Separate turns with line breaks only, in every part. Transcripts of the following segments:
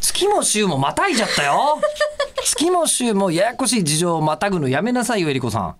月も週もまたいじゃったよ月も週もややこしい事情をまたぐのやめなさいよえりこさ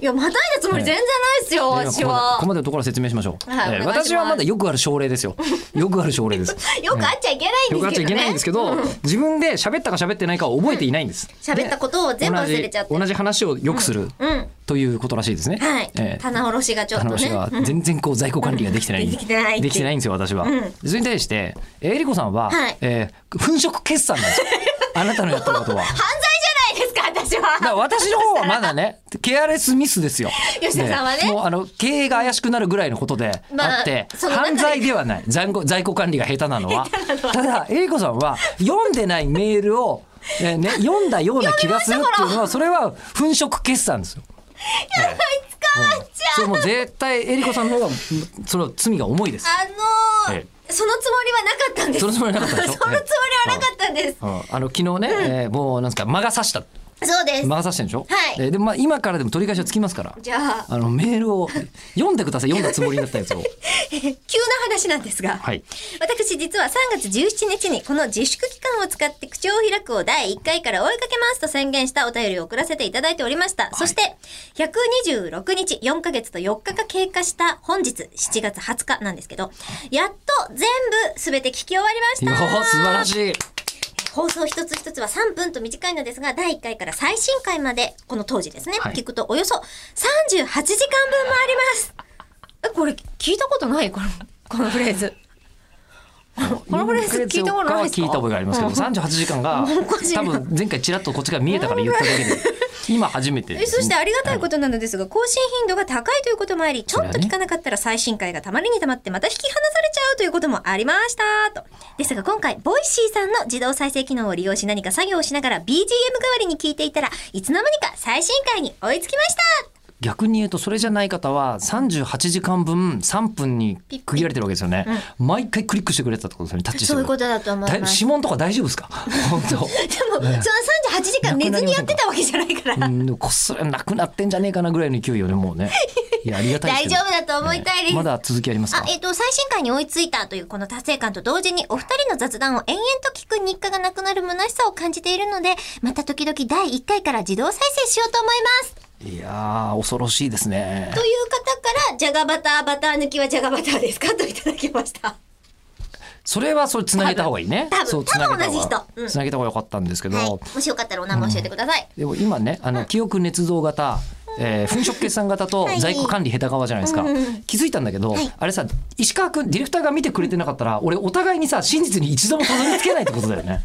ん
いやまたいだつもり全然ないですよ、
いや
私
ここ
は
までのところは説明しましょう、
はい
えー
お願いします
私はまだよくある症例ですよよくある症例です
よくあっちゃいけない
よ
ん
くあっ
です
ちゃいけ
けどね
ないんですけど、自分で喋ったか喋ってないかは覚えていないんです
喋ったことを全部忘れちゃって
同じ同じ話をよくする、
うん
ということらしいですね、
はい、
えー
棚卸しがちょっと
話
ね
が全然こう在庫管理ができてない
うんできてないって
できてないんですよ私は、
うん
それに対してえりこさんは、
はい
えー粉飾決算なん ですよあなたのやってることは
犯罪じゃないですか私
だから
は
私の 方はまだねケアレスミスですよ
吉田さんはね
もうあの経営が怪しくなるぐらいのことで
まあ
あって、
その中で
犯罪ではない在庫在庫管理が下手なのはただえりこさんは読んでないメールを、えーね、読んだような気がするっていうのはそれは粉飾決算ですよ。やばいそれもう絶対えりこさんの方がその罪が重いです。
あのー
え
そのつもりはなかったんです
そのつもりはなかったでしょ
そのつもりはなかったんです、
うんあの昨日ね、えーもうなんですか間が差した
そうです
魔が差してんでしょ、
はい
えーでもまあ今からでも取り返しはつきますから
じゃあ
あのメールを読んでください読んだつもりだったやつ を
急な話なんですが、
はい
私実は3月17日にこの自粛期間を使って口を開くを第1回から追いかけますと宣言したお便りを送らせていただいておりました。そして、126日、4ヶ月と4日が経過した本日、7月20日なんですけど、やっと全部すべて聞き終わりまし
いや
た。
ー素晴らしい
放送一つ一つは3分と短いのですが、第1回から最新回まで、この当時ですね、
はい
聞くとおよそ38時間分もあります。え、これ聞いたことないこの、このフレーズ。 このフレーズ聞いたことないです
聞
か
いた覚えがありますけど38時間が
おかしいな
多分前回ちらっとこっちが見えたから言っただけで今初めて
えそしてありがたいこととなのですが、更新頻度が高いということもあり、ちょっと聞かなかったら最新回がたまりにたまってまた引き離されちゃうということもありました。と。ですが今回、ボイシーさんの自動再生機能を利用し何か作業をしながら BGM 代わりに聞いていたらいつの間にか最新回に追いつきました
逆に言うとそれじゃない方は38時間分3分に区切られてるわけですよね毎回クリックしてくれてたってことですよねタッチして
そう
く
い
れ
う
て
ことだと思
だ
い
い
ます。
指紋とか大丈夫ですか本当
でも、その38時間寝ずにやってたわけじゃないから。
うんでもこっそりなくなってんじゃねえかなぐらいの勢いよねもうねいやありがたいです けど
大丈夫だと思いたいです。
まだ続きあります
あ
か、
えっ、と、最新回に追いついたというこの達成感と同時に、お二人の雑談を延々と聞く日課がなくなる虚しさを感じているので、また時々第1回から自動再生しようと思います。
いやー恐ろしいですね
という方から、じゃがバター、バター抜きはじゃがバターですかといただきました。
それはそれつなげた方がいいね
多分
そう
多
繋げた方
分
が
同じ人うん
つなげた方が良かったんですけど、
はい。もしよかったらお名前教えてください。
でも今ねあの記憶捏造型、えー粉飾決算型と
はい
在庫管理下手側じゃないですか、
うんう
気づいたんだけど、あれさ石川君ディレクターが見てくれてなかったら俺お互いにさ真実に一度もたどり着けないってことだよね